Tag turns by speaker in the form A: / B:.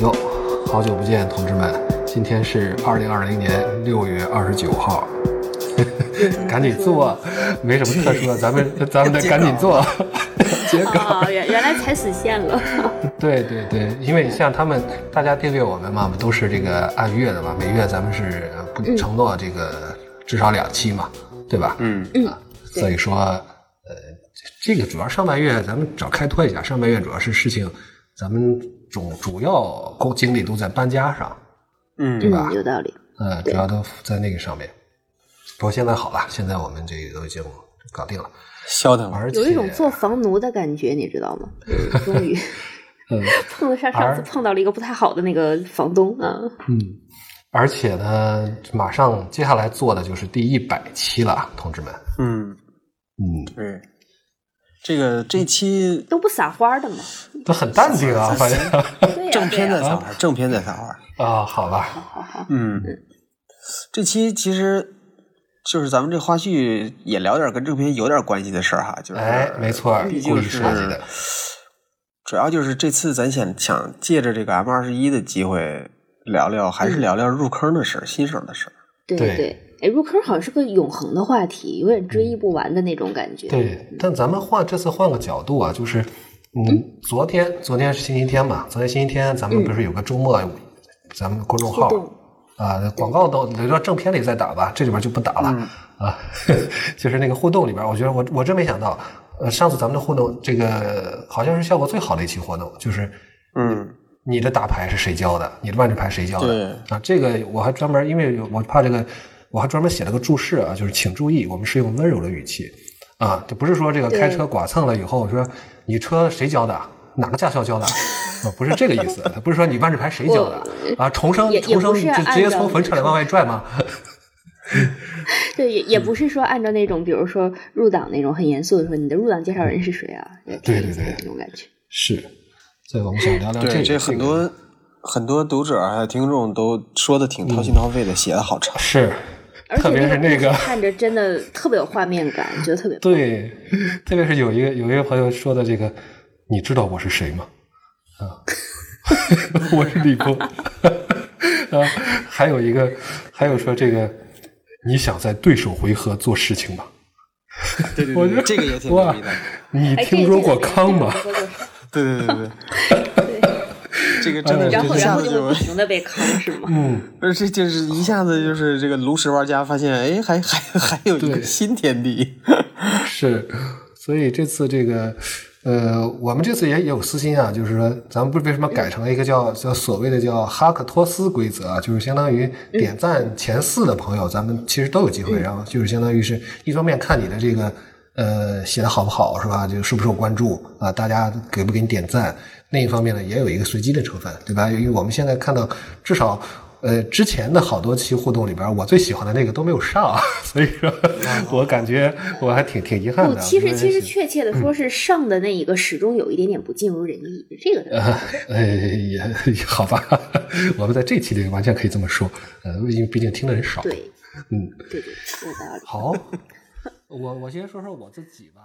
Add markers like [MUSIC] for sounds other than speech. A: 哟，好久不见，同志们！今天是二零二零年六月二十九号， [LAUGHS] 赶紧做，没什么特殊的，咱们咱们得赶紧做。结果
B: 哦，原原来才实现了。
A: [LAUGHS] 对对对，因为像他们大家订阅我们嘛，我们都是这个按月的嘛，每月咱们是呃不承诺这个至少两期嘛，对吧？啊
C: 嗯，
A: 所以说，呃，这这个主要上半月咱们找开拓一下，上半月主要是事情，咱们主主要工精力都在搬家上，
C: 嗯
A: 对吧
B: 嗯，有道理。
A: 呃，主
B: 对
A: 要都在那个上面。不过现在好了，现在我们这个都已经搞定了，
C: 消腾了。
A: 而且
B: 有一种做房奴的感觉，你知道吗？
A: [LAUGHS]
B: 嗯终于
A: 嗯
B: [LAUGHS] 碰得上上次
A: 而
B: 碰到了一个不太好的那个房东啊，
A: 嗯，而且呢，马上接下来做的就是第一百期了，啊同志们。
C: 嗯，
A: 嗯，
C: 对，这个这期
B: 都不撒
A: [LAUGHS]
B: 花的嘛。
A: 都很淡定啊，反正
B: 对呀
C: 正
B: 对
C: 片
B: 呀
C: 在撒花，正片在撒花。
A: 啊，好吧，
B: 好好，
C: 嗯，这期其实就是咱们这花絮也聊点跟正片有点关系的事儿哈，就是
A: 哎，没错儿，
C: 毕
A: 故
C: 竟
A: 意
C: 是
A: 设计的，
C: 主要就是这次咱想想借着这个 M 二十一的机会聊聊，还
A: 嗯
C: 是聊聊入坑的事儿、新手的事儿。
B: 对
A: 对
B: 对。哎，入坑好像是个永恒的话题，有点追忆不完的那种感觉。
A: 嗯对，但咱们换这次换个角度啊，就是，嗯，昨天昨天是星期天嘛，昨天星期天咱们不是有个周末，咱们公众
B: 嗯互
A: 号
B: 动
A: 啊、广告都留到正片里再打吧，这里边就不打了、啊。 [LAUGHS] 就是那个互动里边，我觉得我我真没想到，呃，上次咱们的互动这个好像是效果最好的一期活动，就是
C: 嗯，
A: 你的打牌是谁教的，你的万智牌谁教的
C: 对
A: 啊？这个我还专门，因为我怕这个，我还专门写了个注释啊，就是请注意，我们是用温柔的语气啊，就不是说这个
B: 对
A: 开车剐蹭了以后，我说你车谁教的，哪个驾校教的，啊不是这个意思，他不是说你万智牌谁教的啊，重生
B: 也也
A: 重生
B: 不是
A: 就
B: 按照
A: 直接从坟场里往外拽吗？
B: [LAUGHS] 对，也也不是说按照那种，比如说入党那种很严肃的说，你的入党介绍人是谁啊？也
A: 对对
B: 挺
A: 对
B: 那种感觉。
A: 是，所以我们想聊聊
C: 对，
A: 个，
C: 这很多、很多读者还有听众都说的挺
A: 嗯
C: 掏心掏肺的，写的好长。
A: 是，
B: 而且
A: 特别是那
B: 个
A: 个
B: 故事看着真的特别有画面感，觉得特别棒
A: 对，特别是有一个有一个朋友说的这个，你知道我是谁吗？啊， [LAUGHS] 我是李波。 [LAUGHS] 啊，还有一个，还有说这个，你想在对手回合做事情吗？
C: 对对
A: 我觉得
C: 这个也挺牛逼的。
A: 哇你
B: 哎
A: 听
B: 这个
A: 说过康吗？
B: 这个 [LAUGHS] 这个
C: [LAUGHS] 对对对对对，这个真的
B: 然后
C: 是一
B: 然
C: 下
B: 后
C: 子
B: 就会
C: 就
B: [LAUGHS] 不，停的被坑是吗？
A: 嗯，
C: 而这就是一下子就是这个炉石玩家发现，哎，还还还有一
A: 对
C: 个新天地。
A: [LAUGHS] 是，所以这次这个，呃，我们这次也也有私心啊，就是说，咱们不是为什么改成了一个叫叫所谓的叫哈克托斯规则啊，就是相当于点赞前四的朋友，咱们其实都有机会，然后就是相当于是一方面看你的这个。呃，写的好不好是吧？就是不受关注啊？大家给不给你点赞？另一方面呢，也有一个随机的成分，对吧？因为我们现在看到，至少呃之前的好多期互动里边，我最喜欢的那个都没有上， [LAUGHS] 所以说我感觉我还挺挺遗憾
B: 哦不，
A: 的。
B: 其
A: 我
B: 实
A: 觉得
B: 其实
A: 是
B: 确切的说是上的那一个始终有一点点不尽如人意，这个
A: 呃， [LAUGHS] 呃也也好吧，我们在这期里完全可以这么说，呃，因为毕竟听的人少。
B: 对
A: 嗯，
B: 对对，有道理。
A: 好，我我先说说我自己吧。